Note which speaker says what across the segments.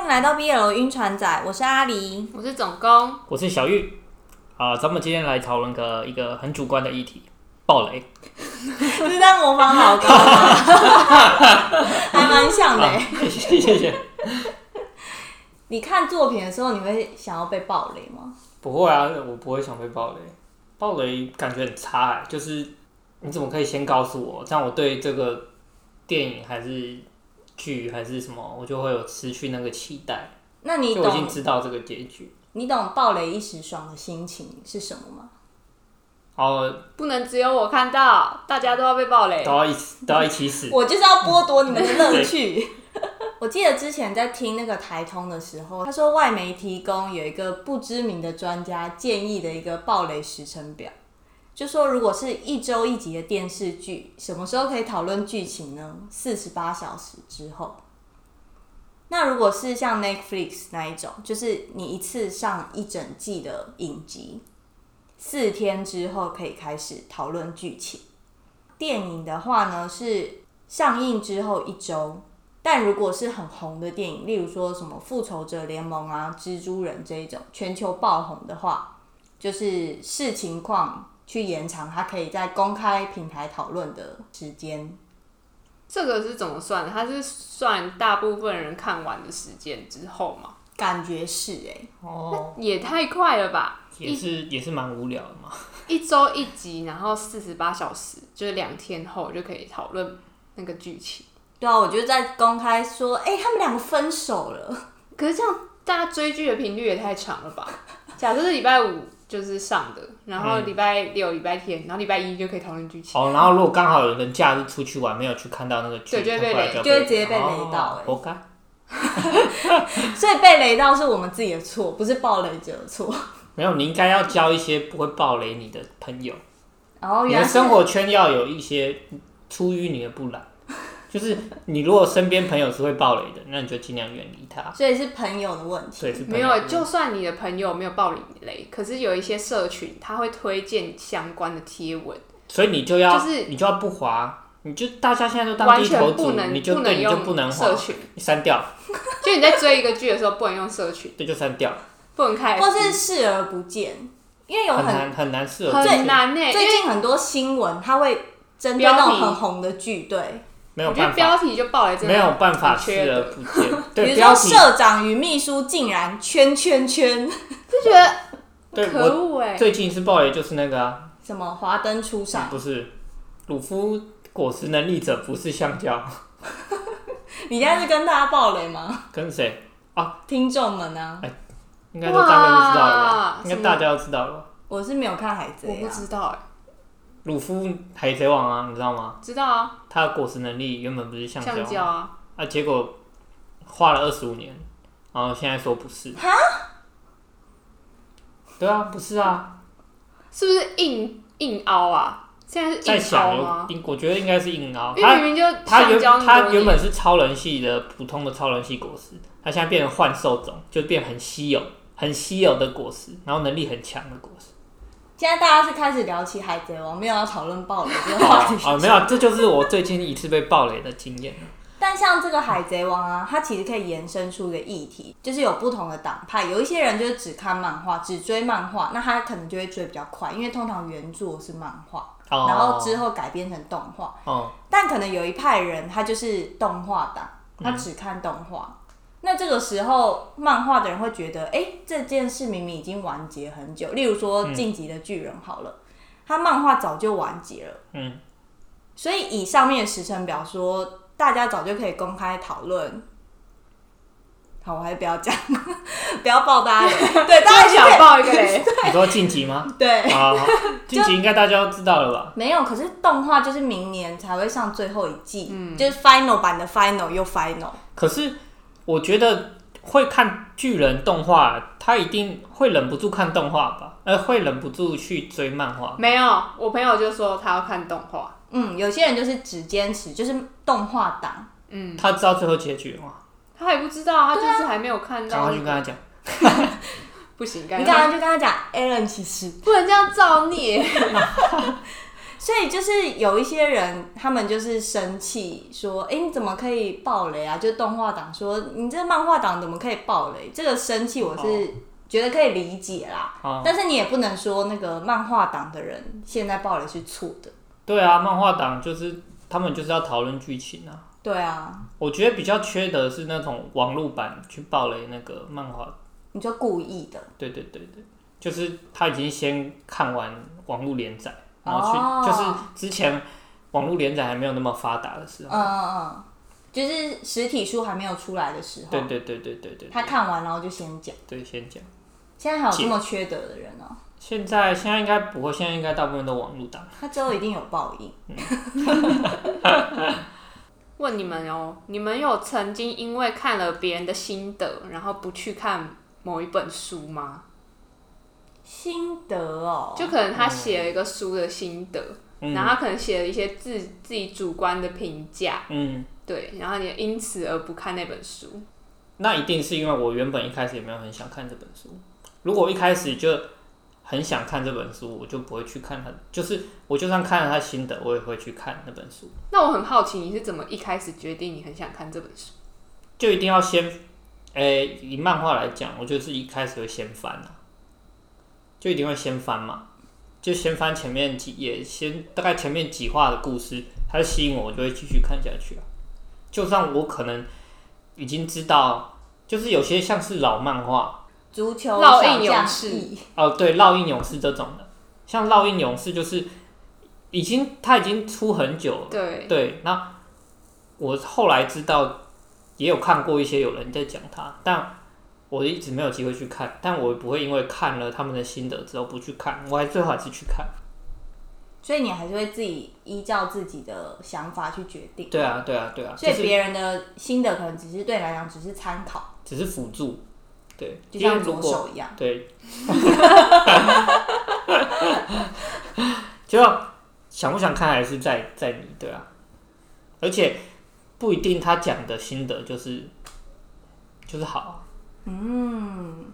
Speaker 1: BL 晕船仔，我是阿狸。
Speaker 2: 我是总工，
Speaker 3: 我是小玉，啊、咱们今天来讨论个一个很主观的议题，暴雷。
Speaker 1: 是在模仿老 高吗？还蛮像的、
Speaker 3: 啊
Speaker 1: 欸。，
Speaker 3: 谢谢谢谢。
Speaker 1: 你看作品的时候，你会想要被暴雷吗？
Speaker 3: 不会啊，我不会想被暴雷，暴雷感觉很差、欸，就是你怎么可以先告诉我，这样我对这个电影还是剧还是什么，我就会有失去那个期待，
Speaker 1: 那你
Speaker 3: 就我已经
Speaker 1: 懂
Speaker 3: 知道这个结局。
Speaker 1: 你懂暴雷一时爽的心情是什么吗？
Speaker 3: 然后都
Speaker 2: 不能只有我看到，大家都要被暴雷。
Speaker 3: 要一起都要一起死，
Speaker 1: 我就是要剥夺你们的乐趣。 我记得之前在听那个台通的时候，他说外媒提供有一个不知名的专家建议的一个暴雷时程表，就说如果是一周一集的电视剧，什么时候可以讨论剧情呢？四十八小时之后。那如果是像 Netflix 那一种，就是你一次上一整季的影集，四天之后可以开始讨论剧情。电影的话呢，是上映之后一周，但如果是很红的电影，例如说什么《复仇者联盟》啊、《蜘蛛人》这一种全球爆红的话，就是视情况去延长它可以在公开平台讨论的时间。
Speaker 2: 这个是怎么算的？它是算大部分人看完的时间之后嘛？
Speaker 1: 感觉是哎、
Speaker 3: 哦，
Speaker 2: 也太快了吧！
Speaker 3: 也是也是蛮无聊的嘛。
Speaker 2: 一周一集，然后四十八小时，就是两天后就可以讨论那个剧情。
Speaker 1: 对啊，我就在公开说，哎、他们两个分手了。
Speaker 2: 可是这样，大家追剧的频率也太长了吧？假设是礼拜五就是上的，然后礼拜六、礼拜天，然后礼拜一就可以讨论剧情。
Speaker 3: 哦，然后如果刚好有人假日出去玩，没有去看到那个剧，
Speaker 2: 对就会被
Speaker 3: 后来
Speaker 2: 雷
Speaker 3: 就要
Speaker 1: 就会直接被雷
Speaker 3: 哦
Speaker 1: 到欸
Speaker 3: 活该。
Speaker 1: 所以被雷到是我们自己的错，不是暴雷者的错。
Speaker 3: 没有，你应该要交一些不会暴雷你的朋友，
Speaker 1: 然
Speaker 2: 哦
Speaker 1: 后
Speaker 3: 你
Speaker 1: 哦原
Speaker 3: 的
Speaker 1: 来是
Speaker 3: 生活圈要有一些出淤泥而不 染。就是你如果身边朋友是会暴雷的，那你就尽量远离他。
Speaker 1: 所以是朋友的问题。
Speaker 3: 对，是朋
Speaker 2: 没
Speaker 3: 友
Speaker 2: 有，就算你的朋友没有暴你雷，可是有一些社群他会推荐相关的贴文，
Speaker 3: 所以你就要，
Speaker 2: 就是
Speaker 3: 你就要不滑，你就大家现在都当
Speaker 2: 完
Speaker 3: 低
Speaker 2: 全
Speaker 3: 头
Speaker 2: 不
Speaker 3: 族，
Speaker 2: 能
Speaker 3: 你就
Speaker 2: 能
Speaker 3: 对你就不能
Speaker 2: 用社
Speaker 3: 滑，
Speaker 2: 群，
Speaker 3: 你删掉，
Speaker 2: 就你在追一个剧的时候不能用社群，
Speaker 3: 对，就删掉，
Speaker 2: 不能开
Speaker 1: 或是视而不见，因为有
Speaker 3: 很
Speaker 1: 很
Speaker 3: 难很难适合自己
Speaker 2: 很难呢、欸
Speaker 1: 最
Speaker 2: 因为
Speaker 1: 近很多新闻，它会针对那
Speaker 2: 标
Speaker 1: 种
Speaker 2: 题
Speaker 1: 很红的剧，对，
Speaker 3: 没有
Speaker 2: 我觉得
Speaker 3: 办法，
Speaker 2: 标题就暴雷真的
Speaker 3: 没有办法啊
Speaker 2: 很
Speaker 3: 视
Speaker 2: 缺
Speaker 3: 而
Speaker 2: 德，
Speaker 3: 不见。
Speaker 1: 比
Speaker 3: 对
Speaker 1: 如说
Speaker 3: 标题，
Speaker 1: 社长与秘书竟然圈圈圈，
Speaker 2: 就觉得
Speaker 3: 对
Speaker 2: 可
Speaker 3: 我
Speaker 2: 恶
Speaker 1: 欸
Speaker 2: 哎、
Speaker 3: 最近是暴雷就是那个啊，
Speaker 1: 什么华灯初
Speaker 2: 啊
Speaker 1: 上，
Speaker 3: 不是，鲁夫果实能力者不是橡胶，
Speaker 1: 你现在是跟大家爆雷吗？
Speaker 3: 跟谁？
Speaker 1: 听众们啊呢、
Speaker 3: 应该都大概都知道了吧
Speaker 2: 哇？
Speaker 3: 应该大家都知道了吧。
Speaker 1: 我是没有看海
Speaker 2: 我
Speaker 1: 贼
Speaker 2: 不
Speaker 1: 啊，
Speaker 2: 知道哎、
Speaker 3: 鲁夫海贼王啊，你知道吗？
Speaker 2: 知道啊，
Speaker 3: 他的果实能力原本不是橡胶
Speaker 2: 橡胶啊，
Speaker 3: 啊，结果花了二十五年，然后现在说不是。对啊，不是啊，
Speaker 2: 是不是硬硬凹啊？现在
Speaker 3: 在
Speaker 2: 是硬凹
Speaker 3: 想
Speaker 2: 吗
Speaker 3: 有？硬，我觉得应该是硬凹。
Speaker 2: 因为
Speaker 3: 他
Speaker 2: 明明就
Speaker 3: 他
Speaker 2: 橡
Speaker 3: 原
Speaker 2: 胶那么
Speaker 3: 他
Speaker 2: 多
Speaker 3: 原
Speaker 2: 年
Speaker 3: 本是超人系的普通的超人系果实，他现在变成幻兽种，就变很稀有、很稀有的果实，然后能力很强的果 实。
Speaker 1: 现在大家是开始聊起海贼王，没有要讨论爆雷这个话 题。
Speaker 3: 哦，没有，这就是我最近一次被暴雷的经验了。
Speaker 1: 但像这个海贼王啊，它其实可以延伸出一个议题，就是有不同的党派，有一些人就是只看漫画，只追漫画，那他可能就会追比较快，因为通常原作是漫画，
Speaker 3: 哦
Speaker 1: 然后之后改编成动画。
Speaker 3: 哦，
Speaker 1: 但可能有一派人他就是动画党，
Speaker 2: 嗯
Speaker 1: 他只看动画。那这个时候，漫画的人会觉得，哎、这件事明明已经完结很久。例如
Speaker 2: 嗯
Speaker 1: 说《晋级的巨人》好了，他漫画早就完结了，
Speaker 3: 嗯，
Speaker 1: 所以以上面的时程表说，大家早就可以公开讨论。好，我还是不要讲， 不要爆大家 雷。对，大家就
Speaker 2: 就
Speaker 1: 可
Speaker 2: 想
Speaker 1: 以
Speaker 2: 爆一 个雷，
Speaker 3: 你说晋级吗？
Speaker 1: 对，
Speaker 3: 啊，好晋级应该大家都知道了吧？
Speaker 1: 没有，可是动画就是明年才会上最后一季，
Speaker 2: 嗯
Speaker 1: 就是 final 版的 final 又 final。
Speaker 3: 可是我觉得会看巨人动画，他一定会忍不住看动画吧？呃，会忍不住去追漫画。
Speaker 2: 没有，我朋友就说他要看动画，
Speaker 1: 嗯，有些人就是只坚持，就是动画党。
Speaker 2: 嗯，
Speaker 3: 他知道最后结局了吗？
Speaker 2: 他还不知道，他
Speaker 1: 啊
Speaker 2: 就是还没有看
Speaker 3: 赶
Speaker 2: 到
Speaker 3: 快去，跟他讲。
Speaker 2: 不行，
Speaker 1: 你
Speaker 2: 刚
Speaker 1: 刚
Speaker 2: 刚
Speaker 1: 刚就跟他讲，Alan 其实
Speaker 2: 不能这样造孽，
Speaker 1: 所以就是有一些人，他们就是生气说：“哎、你怎么可以爆雷啊？”就动画党说：“你这漫画党怎么可以爆雷？”这个生气我
Speaker 3: 哦
Speaker 1: 是觉得可以理解啦，
Speaker 3: 啊，
Speaker 1: 但是你也不能说那个漫画党的人现在爆雷是错的。
Speaker 3: 对啊，漫画党就是他们就是要讨论剧情啊。
Speaker 1: 对啊，
Speaker 3: 我觉得比较缺的是那种网络版去爆雷那个漫画，
Speaker 1: 你就故意的。
Speaker 3: 对对对对，就是他已经先看完网络连载，然后去、
Speaker 1: 哦
Speaker 3: 就是之前网络连载还没有那么发达的时
Speaker 1: 嗯
Speaker 3: 候，
Speaker 1: 嗯嗯，就是实体书还没有出来的时候，
Speaker 3: 对对对对对对，
Speaker 1: 他看完然后就先讲。
Speaker 3: 对先讲。
Speaker 1: 现在还有这么缺德的人哦、
Speaker 3: 现在现在应该不会，现在应该大部分都网络党。
Speaker 1: 他之后一定有报应。
Speaker 2: 问你们哦，你们有曾经因为看了别人的心得，然后不去看某一本书吗？
Speaker 1: 心得哦、
Speaker 2: 就可能他写了一个书的心得，
Speaker 3: 嗯
Speaker 2: 然后他可能写了一些自自己主观的评价，
Speaker 3: 嗯，
Speaker 2: 对，然后你因此而不看那本书，
Speaker 3: 那一定是因为我原本一开始也没有很想看这本书。如果我一开始就很想看这本书，我就不会去看它。就是我就算看了他新的，我也会去看那本书。
Speaker 2: 那我很好奇，你是怎么一开始决定你很想看这本书？
Speaker 3: 就一定要先，诶、以漫画来讲，我就是一开始会先翻啊，就一定会先翻嘛，就先翻前面几页，先大概前面几话的故事，它就吸引我，我就会继续看下去啊。就算我可能已经知道，就是有些像是老漫画
Speaker 1: 足球
Speaker 2: 烙印
Speaker 1: 小将
Speaker 2: 勇士
Speaker 1: 役
Speaker 3: 哦，对，《烙印勇士》这种的，像《烙印勇士》就是已经它已经出很久了，
Speaker 2: 对，
Speaker 3: 对，那我后来知道，也有看过一些有人在讲它，但我一直没有机会去看。但我不会因为看了他们的心得之后不去看，我还最好还是去看。
Speaker 1: 所以你还是会自己依照自己的想法去决定。
Speaker 3: 对啊，对啊，对啊，
Speaker 1: 所以
Speaker 3: 就是
Speaker 1: 别人的心得可能只是对你来讲只是参考，
Speaker 3: 只是辅助。对，
Speaker 1: 就
Speaker 3: 因为
Speaker 1: 像
Speaker 3: 如
Speaker 1: 左
Speaker 3: 果
Speaker 1: 手一样。
Speaker 3: 对， 就想不想看还是在在你对啊，而且不一定他讲的心得就是就是好啊。
Speaker 1: 嗯，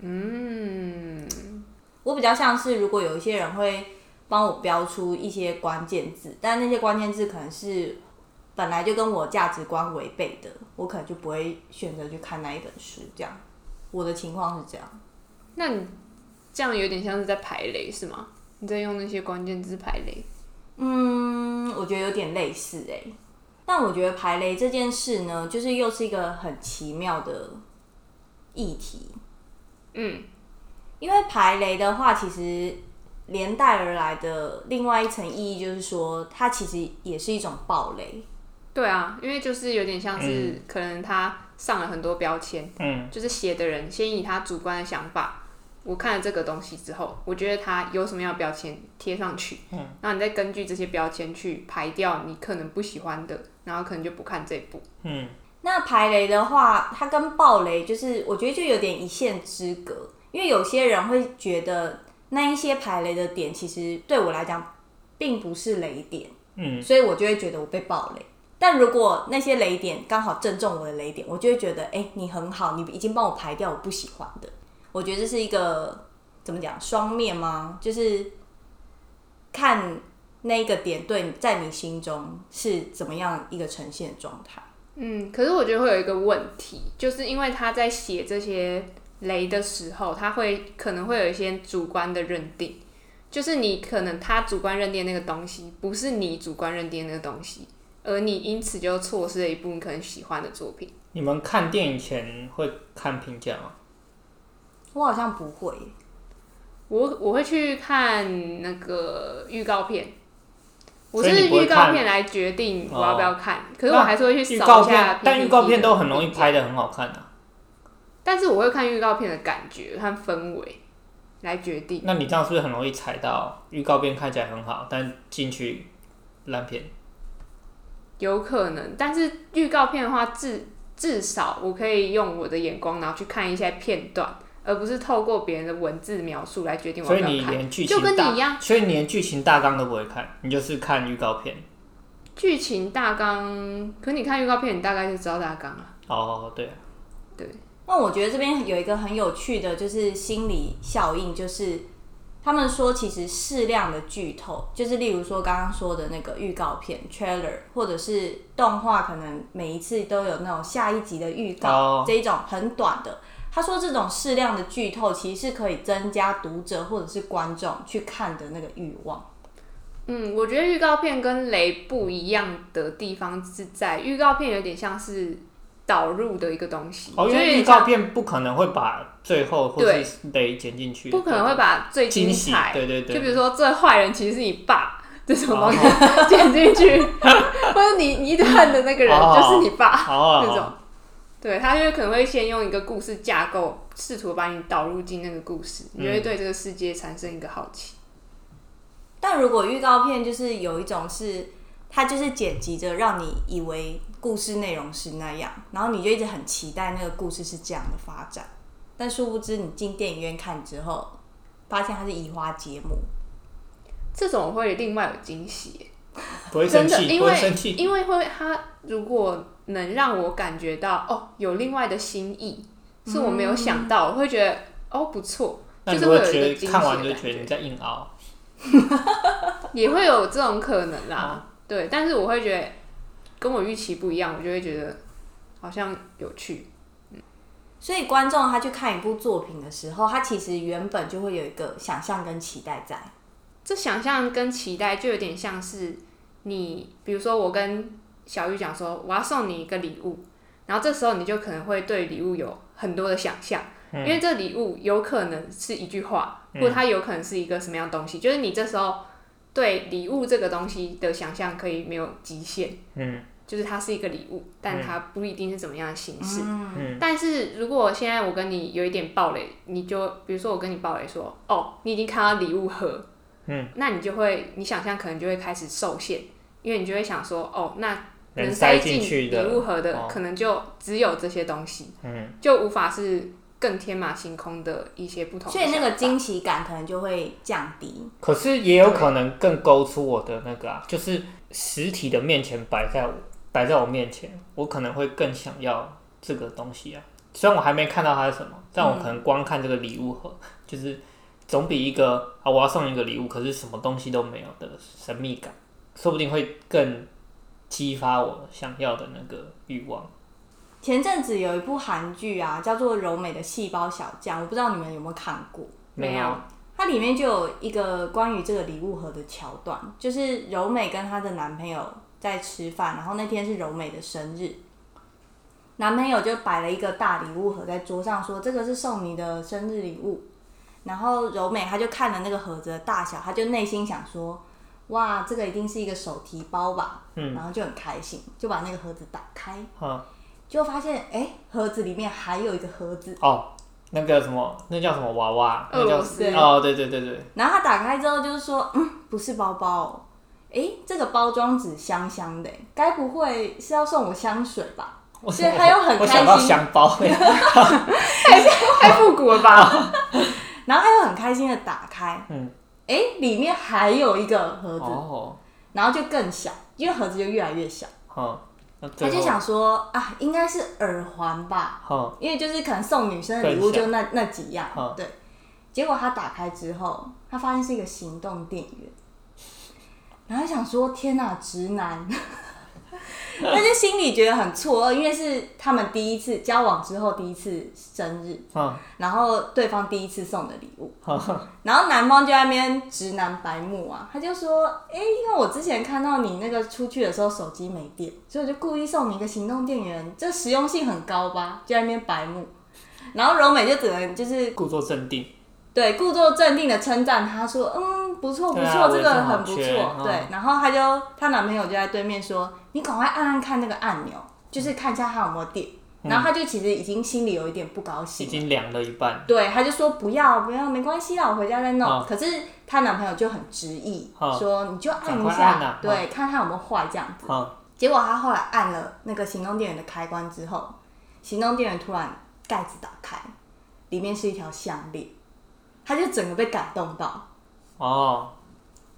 Speaker 2: 嗯，
Speaker 1: 我比较像是如果有一些人会帮我标出一些关键字，但那些关键字可能是本来就跟我价值观违背的，我可能就不会选择去看那一本书。这样，我的情况是这样。
Speaker 2: 那你这样有点像是在排雷是吗？你在用那些关键字排雷，
Speaker 1: 嗯，我觉得有点类似哎、但我觉得排雷这件事呢，就是又是一个很奇妙的议题。
Speaker 2: 嗯，
Speaker 1: 因为排雷的话，其实连带而来的另外一层意义就是说，它其实也是一种暴雷。
Speaker 2: 对啊，因为就是有点像是可能他上了很多标签。
Speaker 3: 嗯，
Speaker 2: 就是写的人先以他主观的想法，我看了这个东西之后，我觉得他有什么样的标签贴上去，嗯，然后你再根据这些标签去排掉你可能不喜欢的，然后可能就不看这部。
Speaker 3: 嗯
Speaker 1: 那排雷的话，它跟暴雷就是，我觉得就有点一线之隔，因为有些人会觉得那一些排雷的点，其实对我来讲并不是雷点。
Speaker 3: 嗯，
Speaker 1: 所以我就会觉得我被暴雷。但如果那些雷点刚好正中我的雷点，我就会觉得，哎、你很好，你已经帮我排掉我不喜欢的。我觉得这是一个怎么讲双面吗？就是看那个点对你在你心中是怎么样一个呈现的状态。
Speaker 2: 嗯，可是我觉得会有一个问题，就是因为他在写这些雷的时候，他会可能会有一些主观的认定，就是你可能他主观认定那个东西不是你主观认定那个东西，而你因此就错失了一部你可能喜欢的作品。
Speaker 3: 你们看电影前会看评价吗？
Speaker 1: 我好像不会，
Speaker 2: 我我会去看那个预告片，我
Speaker 3: 所以
Speaker 2: 是
Speaker 3: 你不会
Speaker 2: 预告
Speaker 3: 看
Speaker 2: 片来决定我要不要看，可是
Speaker 3: 那
Speaker 2: 我还是会去
Speaker 3: 预
Speaker 2: 扫
Speaker 3: 告
Speaker 2: 一下
Speaker 3: 片
Speaker 2: PPT，
Speaker 3: 但预告片
Speaker 2: 的
Speaker 3: 都很容易
Speaker 2: 评价
Speaker 3: 拍的很好看啊。
Speaker 2: 但是我会看预告片的感觉和氛围来决定。
Speaker 3: 那你这样是不是很容易踩到预告片看起来很好，但进去烂片？
Speaker 2: 有可能，但是预告片的话，至至少我可以用我的眼光，然后去看一些片段，而不是透过别人的文字描述来决定我
Speaker 3: 所以
Speaker 2: 要不
Speaker 3: 你
Speaker 2: 要看。
Speaker 3: 连剧
Speaker 2: 就跟
Speaker 3: 情
Speaker 2: 你一样
Speaker 3: 大，所以你连剧情大纲都不会看，你就是看预告片。
Speaker 2: 剧情大纲，可你看预告片，你大概就知道大纲了。
Speaker 3: 哦，对啊，
Speaker 2: 对，
Speaker 1: 那我觉得这边有一个很有趣的，就是心理效应，就是他们说，其实适量的剧透，就是例如说刚刚说的那个预告片 （trailer），或者是动画，可能每一次都有那种下一集的预告
Speaker 3: 哦
Speaker 1: 这一种很短的。他说，这种适量的剧透其实是可以增加读者或者是观众去看的那个欲望。
Speaker 2: 嗯，我觉得预告片跟雷不一样的地方是在预告片有点像是导入的一个东西，
Speaker 3: 哦，因
Speaker 2: 就有
Speaker 3: 为
Speaker 2: 点
Speaker 3: 预告
Speaker 2: 像
Speaker 3: 片不可能会把最后或
Speaker 2: 对
Speaker 3: 是雷剪进去，
Speaker 2: 不可能会把最精
Speaker 3: 惊喜
Speaker 2: 彩，，
Speaker 3: 对对对，
Speaker 2: 就比如说这坏人其实是你爸这种东西
Speaker 3: 哦
Speaker 2: 剪进 去，或者你你一直恨的那个人
Speaker 3: 哦
Speaker 2: 就是你爸
Speaker 3: 好
Speaker 2: 那种，对他就是可能会先用一个故事架构，试图把你导入进那个故事，
Speaker 3: 嗯
Speaker 2: 你就会对这个世界产生一个好奇。
Speaker 1: 但如果预告片就是有一种是，它就是剪辑着让你以为故事内容是那样，然后你就一直很期待那个故事是这样的发展，但殊不知你进电影院看之后，发现它是移花接木。
Speaker 2: 这种我会另外有惊喜耶、
Speaker 3: 不会
Speaker 2: 真
Speaker 3: 生
Speaker 2: 的，
Speaker 3: 气，
Speaker 2: 因
Speaker 3: 不
Speaker 2: 为
Speaker 3: 会生气，
Speaker 2: 因为会他如果能让我感觉到哦，有另外的新意，是我没有想到，我会觉得哦不错，
Speaker 3: 那
Speaker 2: 就
Speaker 3: 你
Speaker 2: 是会
Speaker 3: 会
Speaker 2: 有一
Speaker 3: 觉
Speaker 2: 个
Speaker 3: 得
Speaker 2: 惊
Speaker 3: 看
Speaker 2: 喜
Speaker 3: 完
Speaker 2: 的
Speaker 3: 就
Speaker 2: 感
Speaker 3: 觉得
Speaker 2: 觉，
Speaker 3: 你在硬凹，
Speaker 2: 也会有这种可能啦。对，但是我会觉得跟我预期不一样，我就会觉得好像有趣。
Speaker 1: 所以观众他去看一部作品的时候，他其实原本就会有一个想象跟期待在。
Speaker 2: 这想象跟期待就有点像是你，比如说我跟小玉讲说我要送你一个礼物，然后这时候你就可能会对礼物有很多的想象，
Speaker 3: 嗯
Speaker 2: 因为这礼物有可能是一句话，或它有可能是一个什么样的东西，就是你这时候对礼物这个东西的想象可以没有极限，
Speaker 3: 嗯
Speaker 2: 就是它是一个礼物，但它不一定是怎么样的形式。
Speaker 3: 嗯，
Speaker 2: 但是如果现在我跟你有一点暴雷，你就比如说我跟你暴雷说，哦，你已经看到礼物盒，
Speaker 3: 嗯，
Speaker 2: 那你就会你想象可能就会开始受限，因为你就会想说，哦，那
Speaker 3: 能
Speaker 2: 塞
Speaker 3: 塞进
Speaker 2: 礼
Speaker 3: 去
Speaker 2: 物
Speaker 3: 的，
Speaker 2: 盒的
Speaker 3: 哦
Speaker 2: 可能就只有这些东西，
Speaker 3: 嗯，
Speaker 2: 就无法是更天马行空的一些不同的
Speaker 1: 所以那个
Speaker 2: 想法
Speaker 1: 惊喜感可能就会降低。
Speaker 3: 可是也有可能更勾出我的那个啊，就是实体的面前摆在我摆在我面前，我可能会更想要这个东西啊。虽然我还没看到它是什么，但我可能光看这个礼物盒，就是总比一个啊我要送你一个礼物，可是什么东西都没有的神秘感，说不定会更激发我想要的那个欲望。
Speaker 1: 前阵子有一部韩剧啊，叫做《柔美的细胞小将》，我不知道你们有没有看过。
Speaker 2: 没有
Speaker 3: 有，
Speaker 1: 它里面就有一个关于这个礼物盒的桥段，就是柔美跟她的男朋友在吃饭，然后那天是柔美的生日，男朋友就摆了一个大礼物盒在桌上，说这个是送你的生日礼物。然后柔美她就看了那个盒子的大小，她就内心想说，哇，这个一定是一个手提包吧，
Speaker 3: 嗯
Speaker 1: 然后就很开心，就把那个盒子打开，
Speaker 3: 嗯，
Speaker 1: 结果发现，哎，盒子里面还有一个盒子，
Speaker 3: 哦，那个什么，那叫什么娃娃？
Speaker 2: 俄
Speaker 3: 那
Speaker 2: 罗
Speaker 3: 叫
Speaker 2: 斯
Speaker 1: 对
Speaker 3: 哦，对对对对，
Speaker 1: 然后他打开之后就是说，嗯，不是包包、哦，诶，这个包装纸香香的，该不会是要送我香水吧？
Speaker 3: 我
Speaker 1: 所以他又很
Speaker 3: 我
Speaker 1: 开
Speaker 3: 想到
Speaker 1: 心
Speaker 3: 香 包，
Speaker 2: 太复古了吧？
Speaker 1: 然后他又很开心的打开，
Speaker 3: 嗯，
Speaker 1: 诶，里面还有一个盒子，
Speaker 3: 哦，
Speaker 1: 然后就更小，因为盒子就越来越小，
Speaker 3: 嗯，那
Speaker 1: 他
Speaker 3: 最
Speaker 1: 就
Speaker 3: 后，
Speaker 1: 想说啊，应该是耳环吧，
Speaker 3: 嗯，
Speaker 1: 因为就是可能送女生的礼物
Speaker 3: 更小
Speaker 1: 就那那几样，
Speaker 3: 嗯
Speaker 1: 对。结果他打开之后，他发现是一个行动电源， 然后他想说：“天哪，直男！” 但是心里觉得很错愕，因为是他们第一次交往之后第一次生日，
Speaker 3: 嗯，
Speaker 1: 然后对方第一次送的礼物，
Speaker 3: 嗯，
Speaker 1: 然后男方就在那边直男白目啊，他就说：“哎、因为我之前看到你那个出去的时候手机没电，所以我就故意送你一个行动电源，这实用性很高吧？”就在那边白目，然后柔美就只能就是
Speaker 3: 故作镇定，
Speaker 1: 对故作镇定的称赞他说：“嗯，不错不
Speaker 3: 对
Speaker 1: 错，
Speaker 3: 啊
Speaker 1: 这
Speaker 3: 我也
Speaker 1: 个
Speaker 3: 正好
Speaker 1: 很不错。
Speaker 3: 缺嗯
Speaker 1: 对，然后她就她男朋友就在对面说：“你赶快按按看那个按钮，就是看一下它有没有电。
Speaker 3: 嗯
Speaker 1: 然后她就其实已经心里有一点不高
Speaker 3: 已
Speaker 1: 兴，
Speaker 3: 经凉了一半，
Speaker 1: 对，她就说不要不要，没关系啦，我回家再弄。
Speaker 3: 嗯
Speaker 1: 可是她男朋友就很执意，
Speaker 3: 嗯
Speaker 1: 说你就按
Speaker 3: 赶
Speaker 1: 一
Speaker 3: 快
Speaker 1: 下，
Speaker 3: 按啊
Speaker 1: 对，看它有没有坏这样子。
Speaker 3: 嗯，
Speaker 1: 结果她后来按了那个行动电源的开关之后，行动电源突然盖子打开，里面是一条项链，她就整个被感动到。
Speaker 3: 哦，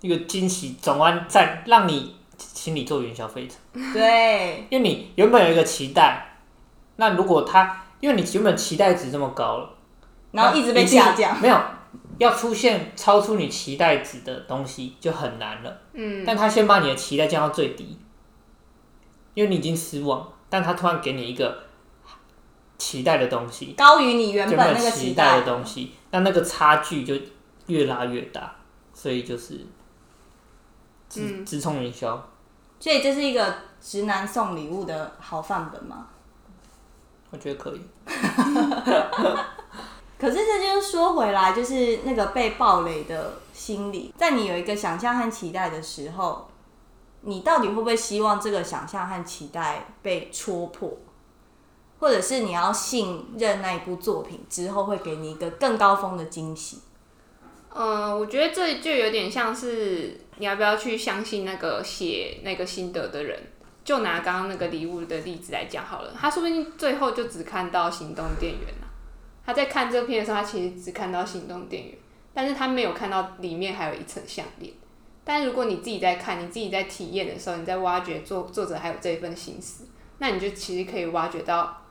Speaker 3: 一个惊喜转弯站，让你心里坐云霄飞车，
Speaker 1: 对，
Speaker 3: 因为你原本有一个期待，那如果他，因为你原本期待值这么高了，
Speaker 1: 然后一直被下降。
Speaker 3: 没有，要出现超出你期待值的东西就很难了。嗯，但他先把你的期待降到最低，因为你已经失望，但他突然给你一个期待的东西，
Speaker 1: 高于你原
Speaker 3: 原
Speaker 1: 本那个
Speaker 3: 期
Speaker 1: 待
Speaker 3: 的东西，那那个差距就越拉越大，所以就是
Speaker 1: 嗯
Speaker 3: 直直冲云霄。
Speaker 1: 所以这是一个直男送礼物的好范本嘛？
Speaker 3: 我觉得可以，
Speaker 1: 可是这就是说回来，就是那个被暴雷的心理，在你有一个想象和期待的时候，你到底会不会希望这个想象和期待被戳破？或者是你要信任那一部作品之后会给你一个更高峰的惊喜？
Speaker 2: 嗯，我觉得这就有点像是你要不要去相信那个写那个心得的人。就拿刚刚那个礼物的例子来讲好了，他说不定最后就只看到行动电源啊。他在看这篇的时候，他其实只看到行动电源，但是他没有看到里面还有一层项链。但如果你自己在看，你自己在体验的时候，你在挖掘作作者还有这一份心思，那你就其实可以挖掘到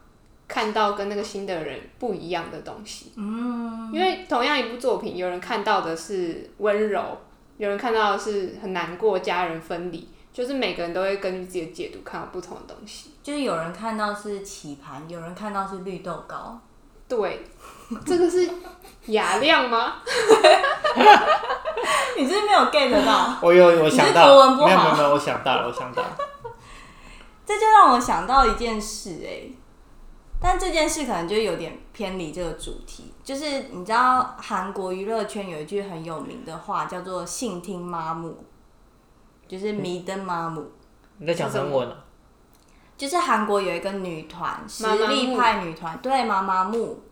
Speaker 2: 看到跟那个新的人不一样的东西。因为同样一部作品，有人看到的是温柔，有人看到的是很难过，家人分离，就是每个人都会根据自己的解读看到不同的东西。
Speaker 1: 就是有人看到是棋盘，有人看到是绿豆糕，
Speaker 2: 对，这个是雅量吗？
Speaker 1: 你是不是没有 get 到？
Speaker 3: 我有哦我
Speaker 1: 你是
Speaker 3: 想到
Speaker 1: 国文不
Speaker 3: 没有没
Speaker 1: 好
Speaker 3: 有没有，我想到了，我想到了，
Speaker 1: 这就让我想到一件事哎、但这件事可能就有点偏离这个主题。就是你知道韩国娱乐圈有一句很有名的话叫做“性听妈母”，就是迷瞪妈母。
Speaker 3: 你在讲中文啊？
Speaker 1: 就是韩国有一个女团，实
Speaker 2: 妈妈木
Speaker 1: 力派女团，对妈妈木。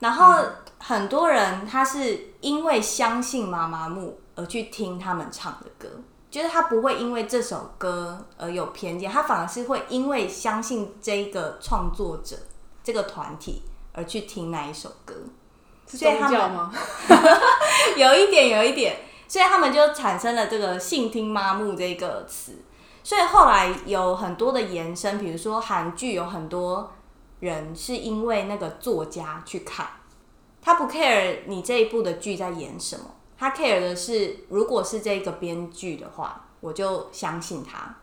Speaker 1: 然后
Speaker 2: 嗯
Speaker 1: 很多人他是因为相信妈妈木而去听他们唱的歌，就是他不会因为这首歌而有偏见，他反而是会因为相信这一个创作者这个团体而去听那一首歌。
Speaker 2: 是
Speaker 1: 所以
Speaker 2: 宗
Speaker 1: 他们
Speaker 2: 教吗？
Speaker 1: 有一点，有一点，所以他们就产生了这个“性听妈木”这个词。所以后来有很多的延伸，比如说韩剧有很多人是因为那个作家去看，他不 care 你这一部的剧在演什么，他 care 的是如果是这个编剧的话，我就相信他。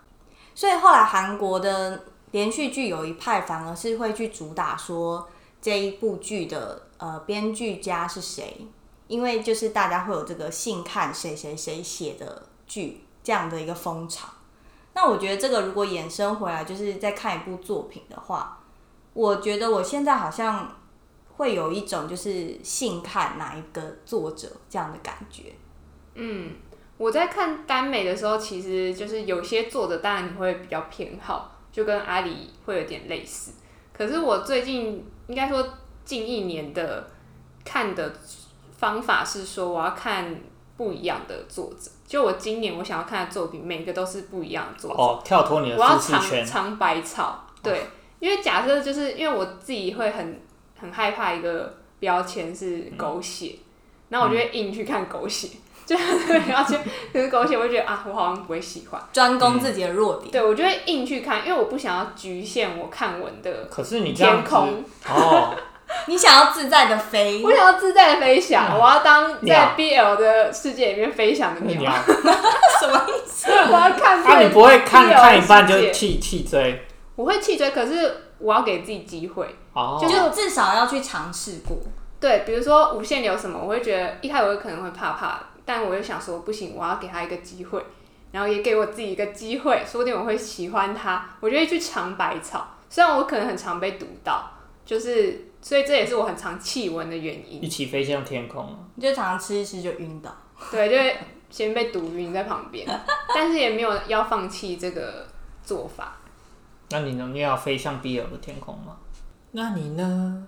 Speaker 1: 所以后来韩国的连续剧有一派反而是会去主打说这一部剧的呃编剧家是谁，因为就是大家会有这个信看谁谁谁写的剧这样的一个风潮。那我觉得这个如果衍生回来，就是在看一部作品的话，我觉得我现在好像会有一种就是信看哪一个作者这样的感觉。
Speaker 2: 我在看耽美的时候，其实就是有些作者，当然你会比较偏好，就跟阿里会有点类似。可是我最近应该说近一年的看的方法是说，我要看不一样的作者。就我今年我想要看的作品，每个都是不一样的作者。
Speaker 3: 哦，跳脱你的
Speaker 2: 我要
Speaker 3: 舒
Speaker 2: 尝
Speaker 3: 适圈，哦
Speaker 2: 尝百草，对，因为假设就是因为我自己会很很害怕一个标签是
Speaker 3: 嗯
Speaker 2: 狗血，然后我就会硬去看狗血，就是 这个标签，可是狗血我就觉得啊，我好像不会喜欢，
Speaker 1: 专攻自己的弱点，
Speaker 2: 对我就会硬去看，因为我不想要局限我看文的
Speaker 3: 可是你这样
Speaker 2: 天
Speaker 3: 子
Speaker 2: 空，
Speaker 3: 哦，
Speaker 1: 你想要自在的飞
Speaker 2: 我，想要自在的飞翔，我要当
Speaker 3: 鸟
Speaker 2: 在 BL 的世界里面飞翔的
Speaker 3: 你
Speaker 2: 鸟，
Speaker 3: 要
Speaker 1: 什么意思？
Speaker 2: 我要看
Speaker 3: 啊，
Speaker 2: 最
Speaker 3: 你不会看
Speaker 2: BL 的
Speaker 3: 看一半
Speaker 2: 世界
Speaker 3: 就弃弃追
Speaker 2: 我会气追，可是我要给自己机会。
Speaker 3: 哦，
Speaker 1: 就至少要去尝试过。
Speaker 2: 对，比如说无限流什么，我会觉得一开始我可能会怕怕，但我又想说不行，我要给他一个机会，然后也给我自己一个机会，说不定我会喜欢他，我就会去尝百草。虽然我可能很常被毒到，就是所以这也是我很常弃文的原因
Speaker 3: 一。起飞向天空。
Speaker 1: 你就常常吃一吃就晕倒。
Speaker 2: 对，就会先被毒晕在旁边，但是也没有要放弃这个做法。
Speaker 3: 那你呢？你要飞向 BL 的天空吗？那你呢？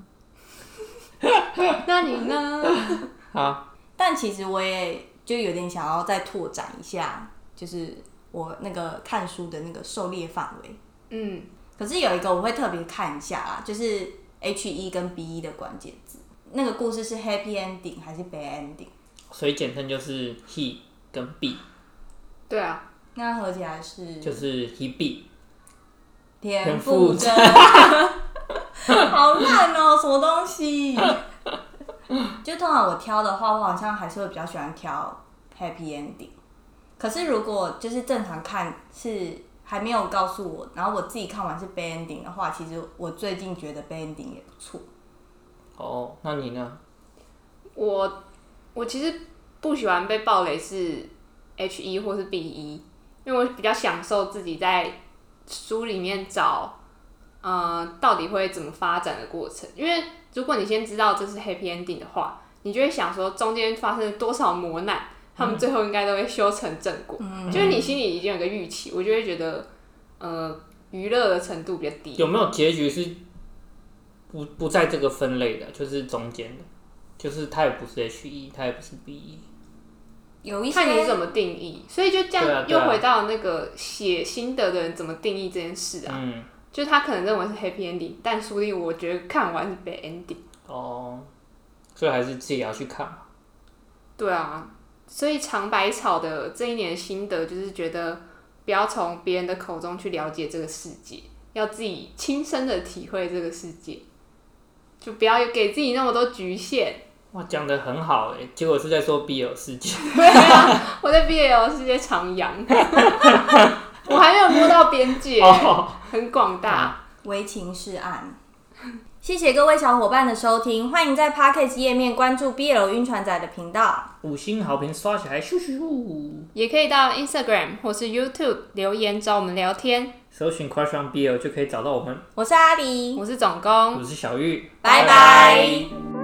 Speaker 2: 那你呢？
Speaker 3: 好，
Speaker 1: 但其实我也就有点想要再拓展一下，就是我那个看书的那个狩猎范围。
Speaker 2: 嗯，
Speaker 1: 可是有一个我会特别看一下啦，就是 H 一跟 B E 一的关键字。那个故事是 happy ending 还是 bad ending？
Speaker 3: 所以简称就是 he 跟 b，
Speaker 2: 对啊，
Speaker 1: 那合起来是
Speaker 3: 就是 he b。
Speaker 1: 田 馥甄，好烂哦、什么东西？就通常我挑的话，我好像还是会比较喜欢挑 happy ending。可是如果就是正常看是还没有告诉我，然后我自己看完是 bad ending 的话，其实我最近觉得 bad ending 也不错。
Speaker 2: 嗯
Speaker 3: 哦，那你呢？
Speaker 2: 我我其实不喜欢被暴雷是 H 一或是 B 一，因为我比较享受自己在书里面找，呃，到底会怎么发展的过程。因为如果你先知道这是 happy ending 的话，你就会想说中间发生了多少磨难，他们最后应该都会修成正果。
Speaker 1: 嗯，
Speaker 2: 就是你心里已经有个预期，我就会觉得，呃，娱乐的程度比较低。
Speaker 3: 有没有结局是不不在这个分类的，就是中间的，就是它也不是 H 一，它也不是 B 一。
Speaker 1: 有一些
Speaker 2: 看你怎么定义，所以就这
Speaker 3: 对啊
Speaker 2: 样
Speaker 3: 对
Speaker 2: 又
Speaker 3: 啊
Speaker 2: 回到那个写心得的人怎么定义这件事啊？
Speaker 3: 嗯，
Speaker 2: 就是他可能认为是 happy ending，但说不定我觉得看完是 bad ending。
Speaker 3: 哦，所以还是自己要去看嘛。
Speaker 2: 对啊，所以长百草的这一年的心得就是觉得不要从别人的口中去了解这个世界，要自己亲身的体会这个世界，就不要给自己那么多局限。
Speaker 3: 哇，讲的很好哎、结果是在说 BL 世界。
Speaker 2: 对啊，我在 BL 世界徜 徉，我还没有摸到边界，
Speaker 3: 哦，
Speaker 2: 很广大。
Speaker 1: 为情是岸。谢谢各位小伙伴的收听，欢迎在 p a c k a g e 页面关注 BL 晕船仔的频道。
Speaker 3: 五星好评刷起来，咻咻咻！
Speaker 2: 也可以到 Instagram 或是 YouTube 留言找我们聊天。
Speaker 3: 搜寻 Crush on BL 就可以找到我们。
Speaker 1: 我是阿狸，
Speaker 2: 我是总工，
Speaker 3: 我是小玉，
Speaker 1: 拜拜